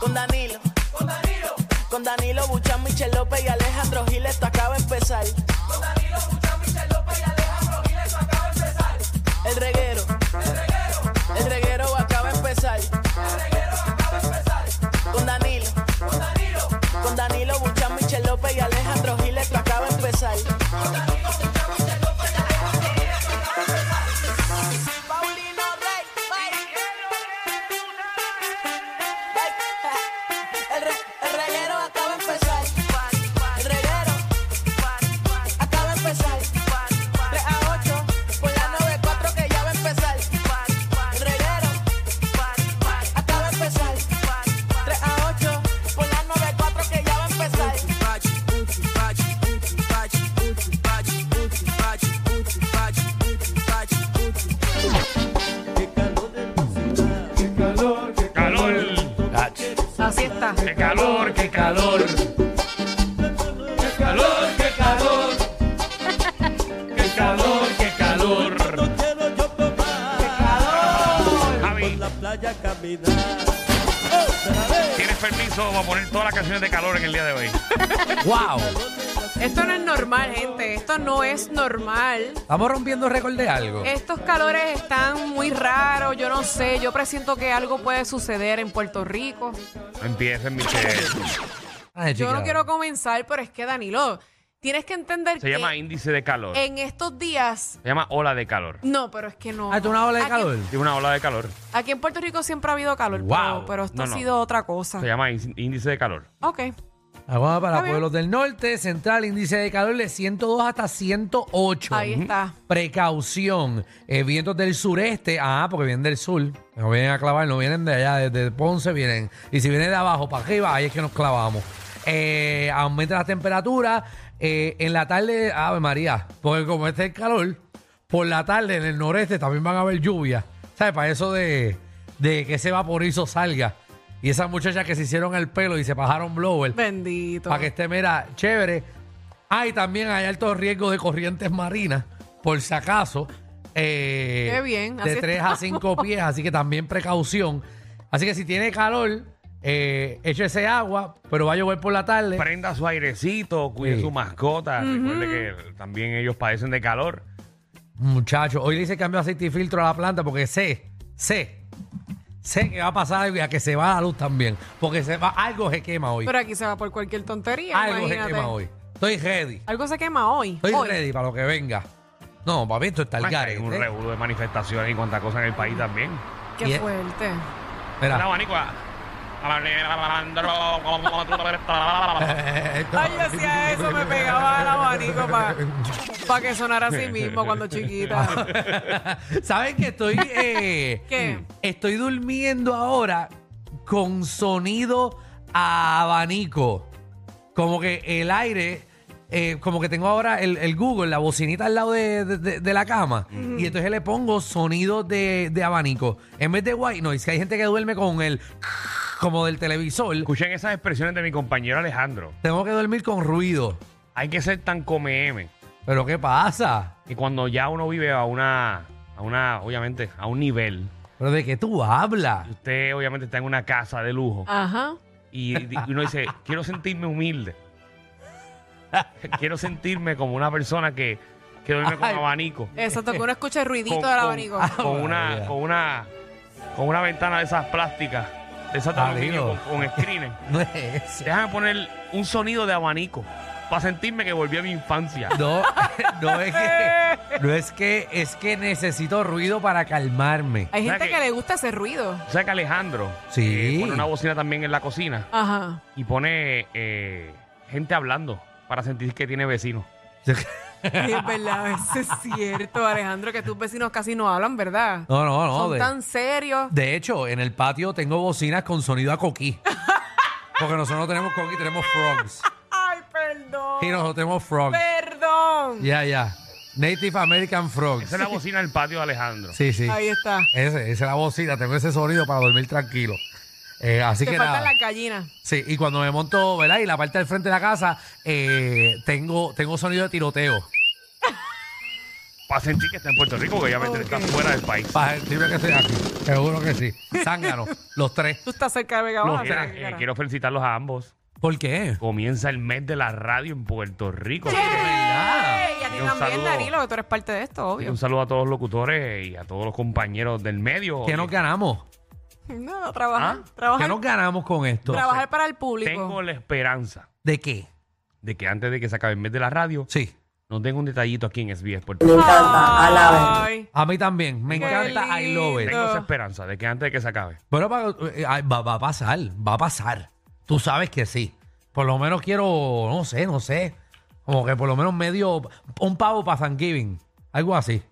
Con Danilo. Con Danilo. Con Danilo Buchan, Michel López y Alejandro Gil, esto acaba de empezar. Con Danilo Buchan, Michel López y Alejandro Gil, esto acaba de empezar. El reguero. El reguero. El reguero acaba de empezar. El reguero acaba de empezar. Con Danilo. Con Danilo. Con Danilo Buchan, Michel López y Alejandro Gil, esto acaba de empezar. Con Danilo Buchan, Michel López y Alejandro Gil, esto acaba de empezar. Paulino Rey. El, re- el reguero acaba de empezar. El reguero acaba de empezar. 3 a 8 por la 94 que ya va a empezar. El reguero acaba de empezar. 3 a 8 por la 94 que ya va a empezar. Calor, Así está. qué calor, qué calor. Qué calor, qué calor. Qué calor, qué calor. Javi, tienes permiso para poner todas las canciones de calor en el día de hoy. ¡Wow! Esto no es normal, gente. Esto no es normal. Estamos rompiendo récord de algo. Estos calores están muy raros. Yo no sé. Yo presiento que algo puede suceder en Puerto Rico. Empiecen, Michelle. Ay, Yo chica. no quiero comenzar, pero es que Danilo, tienes que entender Se que llama índice de calor. en estos días. Se llama ola de calor. No, pero es que no. Ah, ¿tú una ola de Aquí- calor? Tiene una ola de calor. Aquí en Puerto Rico siempre ha habido calor, Wow. pero, pero esto No, ha no. sido otra cosa. Se llama in- índice de calor. Ok. Ah, Vamos para Está bien. pueblos del norte, central, índice de calor de 102 hasta 108. Ahí está. Precaución, eh, vientos del sureste, ah, porque vienen del sur, no vienen a clavar, no vienen de allá, desde Ponce vienen. Y si vienen de abajo para arriba, ahí es que nos clavamos. Eh, aumenta las temperaturas, eh, en la tarde, Ave María, porque como este es el calor, por la tarde en el noreste también van a haber lluvias, ¿sabes? Para eso de, de que ese vaporizo salga. Y esas muchachas que se hicieron el pelo y se bajaron blower, Bendito. para que esté, mira, chévere. Hay también hay altos riesgos de corrientes marinas, por si acaso. eh, Qué bien, De así 3 a 5 pies, así que también precaución. Así que si tiene calor, eh, échese agua, pero va a llover por la tarde. Prenda su airecito, cuide Sí. su mascota. Recuerde que también ellos padecen de calor. Muchachos, hoy le hice cambio de aceite y filtro a la planta porque sé, sé, sé que va a pasar algo y a que se va la luz también. Porque se va, algo se quema hoy. Pero aquí se va por cualquier tontería. algo se imagínate. quema hoy. Estoy ready. Algo se quema hoy. Estoy hoy. ready para lo que venga. No, papi, esto está el Hay un garete. revuelo de manifestaciones y cuantas cosas en el país también. Qué Y es- fuerte. Mira. El abanico, ah. Ay, yo hacía eso, me pegaba al abanico para que sonara así mismo cuando chiquita. ¿Saben que estoy eh, ¿Qué? estoy durmiendo ahora con sonido a abanico? Como que el aire, eh, como que tengo ahora el, el Google, la bocinita al lado de, de- de- de la cama. Y entonces le pongo sonido de, de abanico. En vez de white noise, que hay gente que duerme con el como del televisor. Escuchen esas expresiones de mi compañero Alejandro. Tengo que dormir con ruido. Hay que ser tan come ¿Pero qué pasa? que cuando ya uno vive a una, a una, obviamente, a un nivel, ¿Pero de qué tú hablas? usted obviamente está en una casa de lujo Ajá. y, di- y uno dice, quiero sentirme humilde. Quiero sentirme como una persona que, que duerme con Ay. abanico. Exacto, que uno escuche el ruidito con, del abanico. con- Ah, con una, María. con una con una ventana de esas plásticas, de esas de aluminio Danilo. con, con screening. No es eso. Déjame poner un sonido de abanico para sentirme que volví a mi infancia. No, no es que, no es que, es que necesito ruido para calmarme. Hay O sea gente que- que le gusta ese ruido. O sea que Alejandro Sí. eh, pone una bocina también en la cocina Ajá. y pone eh, gente hablando para sentir que tiene vecinos. Y es verdad, eso es cierto, Alejandro, que tus vecinos casi no hablan, ¿verdad? No, no, no. Son De, tan serios. de hecho, en el patio tengo bocinas con sonido a coquí. Porque nosotros no tenemos coquí, tenemos frogs. Ay, perdón. Y nosotros tenemos frogs. Perdón. Ya, ya. Native American frogs. Esa es la bocina del patio de Alejandro. Sí, sí. Ahí está. Ese- esa es la bocina. Tengo ese sonido para dormir tranquilo. Eh, así Te que faltan nada. las gallinas. Sí, y cuando me monto, ¿verdad? Y la parte del frente de la casa, eh, tengo, tengo sonido de tiroteo. para sentir que está en Puerto Rico, que obviamente está fuera del país. Para decirme que estoy aquí. Seguro que sí. Zángano, los tres. Tú estás cerca de Vega Los- Baja. mira, ¿sabes qué eh, carajo? quiero felicitarlos a ambos. ¿Por qué? Comienza el mes de la radio en Puerto Rico. ¿Verdad? Ey, y a ti Y un también, saludo. Danilo, que tú eres parte de esto, Y obvio. Un saludo a todos los locutores y a todos los compañeros del medio. ¿Qué nos ganamos? No, no, trabajar. ¿Ah? ¿Qué Trabajar, nos ganamos con esto? trabajar para el público. Tengo la esperanza ¿De qué? de que antes de que se acabe el mes de la radio, Sí. nos den un detallito aquí en SBS Puerto Rico. Ay, A mí también. Me Qué encanta I love it. Tengo esa esperanza de que antes de que se acabe. Bueno, pa- eh, ay, va, va a pasar, va a pasar. Tú sabes que sí. Por lo menos quiero, no sé, no sé. Como que por lo menos medio, un pavo para Thanksgiving. Algo así.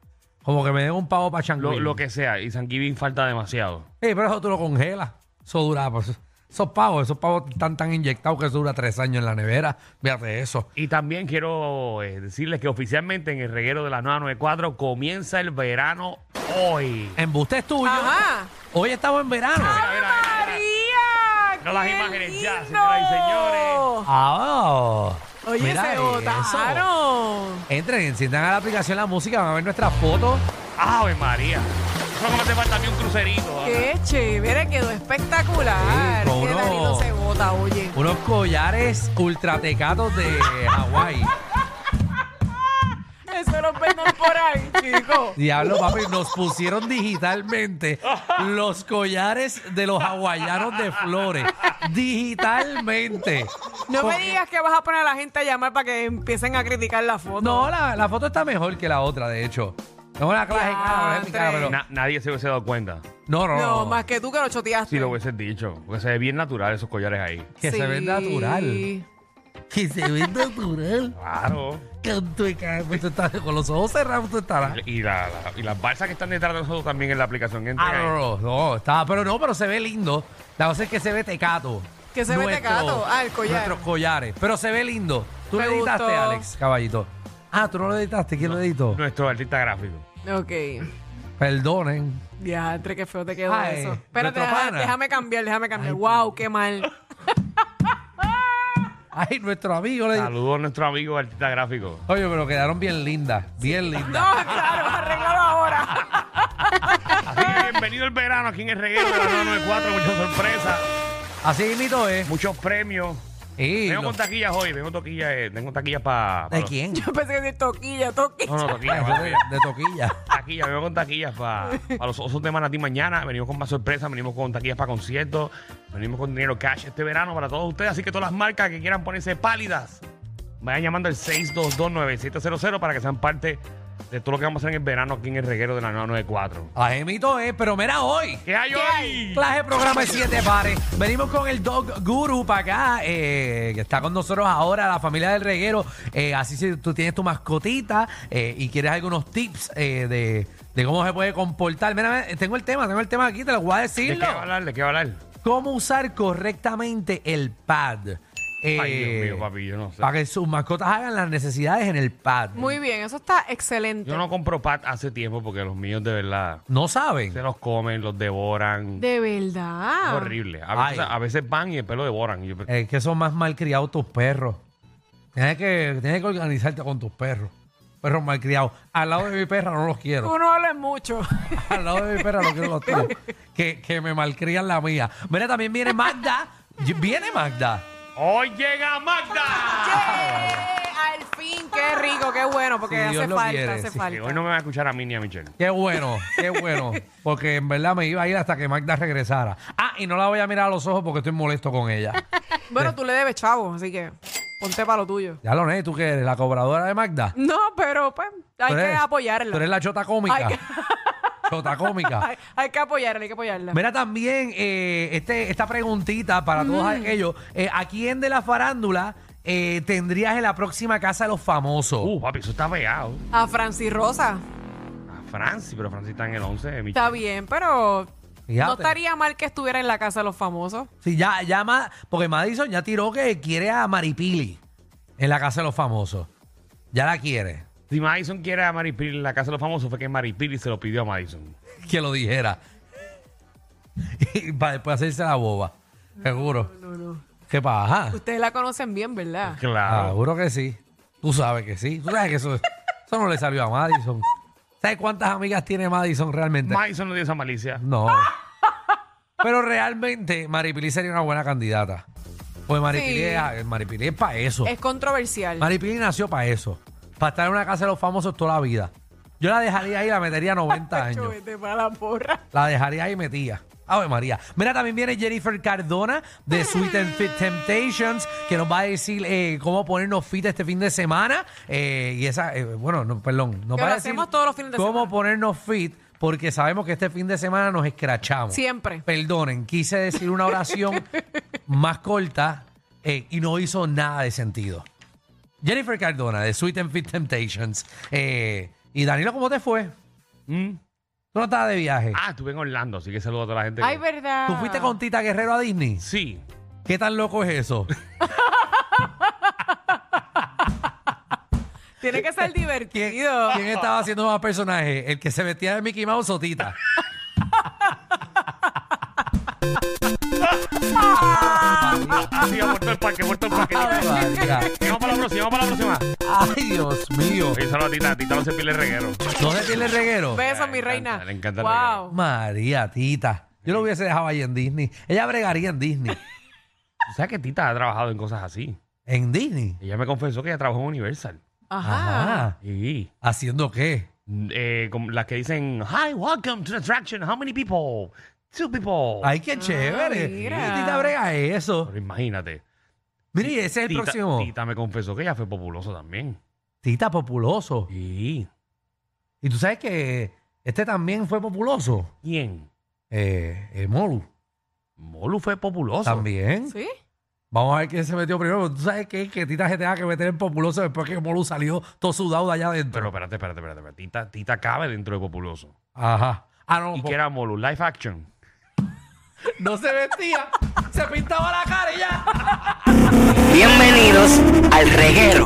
Como que me den un pavo para Lo, Thanksgiving. lo que sea. Y San Giving falta demasiado. Eh, pero eso tú lo congelas. Eso dura, pues, esos pavos, esos pavos están tan inyectados que eso dura tres años en la nevera. Fíjate eso. Y también quiero eh, decirles que oficialmente en el reguero de la 994 comienza el verano hoy. Embuste es tuyo. Ajá. Hoy estamos en verano. Mira, mira, mira, mira. María. No las qué imágenes ya, lindo. señoras y señores. Ah, oh. Oye, Mira se eso. votaron. Entren, enciendan a la aplicación la música, van a ver nuestras fotos. ¡Ave María! Eso no te falta ni un crucerito. Qué chévere, quedó espectacular. Sí, cómo que no. Danilo se vota, oye. Unos collares ultratecatos de Hawái. Eso lo venden por ahí, chicos. Diablo, papi, nos pusieron digitalmente los collares de los hawaianos de flores. Digitalmente. No me Porque- digas que vas a poner a la gente a llamar para que empiecen a criticar la foto. No, la, la foto está mejor que la otra, de hecho. No la clase, no, es mi cara, pero- Na- nadie se hubiese dado cuenta no, no, No, no, más que tú que lo choteaste. si lo hubiesen dicho. Porque se ve bien natural esos collares ahí. Que se ve Sí. natural. Que se ve natural. Claro. Canto de cabeza. Tú estás con los ojos cerrados, tú estarás. Ah, Y, la- la- y las balsas que están detrás de nosotros también en la aplicación. Entren Ah, ahí. no, no, no, está, pero no, pero se ve lindo. La cosa es que se ve tecato. Que se ve tecato. Ah, el collar. Nuestros collares. Pero se ve lindo. Tú Me lo editaste, gustó. Alex, caballito. Ah, tú no lo editaste. ¿Quién lo editó? Nuestro artista gráfico. Ok. Perdonen. Ya, entre qué feo te quedó Ay, eso. Espérate, nuestro deja- pana. déjame cambiar, déjame cambiar. wow, qué mal. Ay, nuestro amigo le Saludos a nuestro amigo artista gráfico. Oye, pero quedaron bien lindas. Bien lindas. No, Ah, claro, arreglalo ahora. Así que bienvenido el verano aquí en el reguero de la 994. Muchas sorpresas, Así mito es. muchos premios. Y Vengo lo- con taquillas hoy. Vengo taquillas, eh, tengo taquillas para. ¿De quién? Yo pensé que de toquilla, toquilla. No, no, taquillas. Ah, eso de, taquillas. de toquilla. Taquillas, vengo con taquillas para los osos de Manatí mañana. Venimos con más sorpresas, venimos con taquillas para conciertos, venimos con dinero cash este verano para todos ustedes. Así que todas las marcas que quieran ponerse pálidas, vayan llamando al 6229700 para que sean parte de todo lo que vamos a hacer en el verano aquí en el reguero de la 994. Así mito es, pero mira hoy. ¿Qué hay hoy? Clase de programa de siete pares. Venimos con el Dog Guru para acá, eh, que está con nosotros ahora, la familia del reguero. Eh, así si tú tienes tu mascotita eh, y quieres algunos tips eh, de, de cómo se puede comportar. Mira, mira, tengo el tema, tengo el tema aquí, te lo voy a ¿De qué decirlo. va a hablar? ¿De qué va a hablar? ¿Cómo usar correctamente el pad? Eh, Ay, Dios mío, papi, yo no sé. Para que sus mascotas hagan las necesidades en el pad. Muy bien, eso está excelente. Yo no compro pad hace tiempo porque los míos de verdad no saben. se los comen, los devoran. De Es verdad. horrible. A veces, Ay. a veces van y después lo devoran. Y yo, pero- Es que son más malcriados tus perros. Tienes que, tienes que organizarte con tus perros. Perros malcriados. Al lado de mi perra no los quiero. Tú no hables mucho. Al lado de mi perra no quiero los tuyos. Que, que me malcrían la mía. Mira, también viene Magda. Y- Viene Magda. ¡Hoy llega Magda! Eh, Al fin, qué rico, qué bueno, porque Si Dios hace lo falta, quiere, hace sí. Que falta. hoy no me va a escuchar a mí ni a Michelle. Qué bueno, qué bueno. Porque en verdad me iba a ir hasta que Magda regresara. Ah, y no la voy a mirar a los ojos porque estoy molesto con ella. Bueno, tú le debes chavo, así que ponte para lo tuyo. Ya lo né, ¿tú qué eres? ¿La cobradora de Magda? No, pero pues hay Tú que eres- apoyarla. Tú eres la chota cómica. Hay que- Chota cómica. Hay, hay que apoyarla, hay que apoyarla. Mira también eh, este, esta preguntita para todos aquellos. Eh, ¿A quién de la farándula eh, tendrías en la próxima casa de los famosos? Uh, papi, eso está pegado. A Francis Rosa. A Franci, pero Franci está en el 11. de Michelle. Está bien, pero Fíjate. no estaría mal que estuviera en la casa de los famosos. Sí, ya, ya Ma- porque Madison ya tiró que quiere a Maripili en la casa de los famosos. Ya la quiere. Si Madison quiere a Maripili en la casa de los famosos, fue que Maripili se lo pidió a Madison. Que lo dijera. Y para después hacerse la boba. Seguro. ¿Qué pasa? Ustedes la conocen bien, ¿verdad? Ah, Claro. Seguro que sí. Tú sabes que sí. Tú sabes que eso, eso no le salió a Madison. ¿Sabes cuántas amigas tiene Madison realmente? Madison no tiene esa malicia. No. Pero realmente Maripili sería una buena candidata. Pues Maripili, Sí. es, Maripili es para eso. Es controversial. Maripili nació para eso. Para estar en una casa de los famosos toda la vida. Yo la dejaría ahí y la metería 90 Chacho, años. vete para la porra. La dejaría ahí metida. Ave María. Mira, también viene Jennifer Cardona de Sweet and Fit Temptations, que nos va a decir eh, cómo ponernos fit este fin de semana. Eh, y esa, eh, bueno, no, perdón, nos Que va a lo decir hacemos todos los fines de cómo semana. ponernos fit, porque sabemos que este fin de semana nos escrachamos. Siempre. Perdonen, quise decir una oración más corta eh, y no hizo nada de sentido. Jennifer Cardona de Sweet and Fit Temptations. Eh, y Danilo, ¿cómo te fue? Mm. Tú no estabas de viaje. Ah, estuve en Orlando, así que saludo a toda la gente. Ay, que- verdad. ¿Tú fuiste con Tita Guerrero a Disney? Sí. ¿Qué tan loco es eso? Tiene que ser ¿Quién, divertido. quién estaba haciendo más personaje? ¿El que se vestía de Mickey Mouse o Tita? Así, a Puerto del Parque, Puerto del Parque. María. Vamos para la próxima, vamos para la próxima. Ay, Dios mío. Oye, saludo a Tita, Tita no se pide el reguero. ¿No se tiene el reguero? Besos, Le mi encanta, reina. le encanta el wow. María, Tita. Yo lo hubiese dejado ahí en Disney. Ella bregaría en Disney. O sea que Tita ha trabajado en cosas así. ¿En Disney? Ella me confesó que ella trabajó en Universal. Ajá. Ajá. Y ¿Haciendo qué? eh, como las que dicen, Hi, welcome to the attraction. How many people? Two people. Ay, qué chévere. mira. Tita brega eso. Pero imagínate. Mire, ese es el Tita, próximo. Tita me confesó que ella fue populoso también. Tita populoso. ¿Y Y tú sabes que este también fue populoso. quién? Eh, eh, Molu. Molu fue populoso. También. ¿Sí? Vamos a ver quién se metió primero. porque Tú sabes qué? que Tita se tenga que meter en populoso después que Molu salió todo sudado de allá adentro. Pero espérate, espérate, espérate. espérate. Tita, Tita cabe dentro de populoso. Ajá. Ah, no, ¿Y po- qué era Molu? Life action. no se vestía. se pintaba la cara y ya. Bienvenidos al reguero.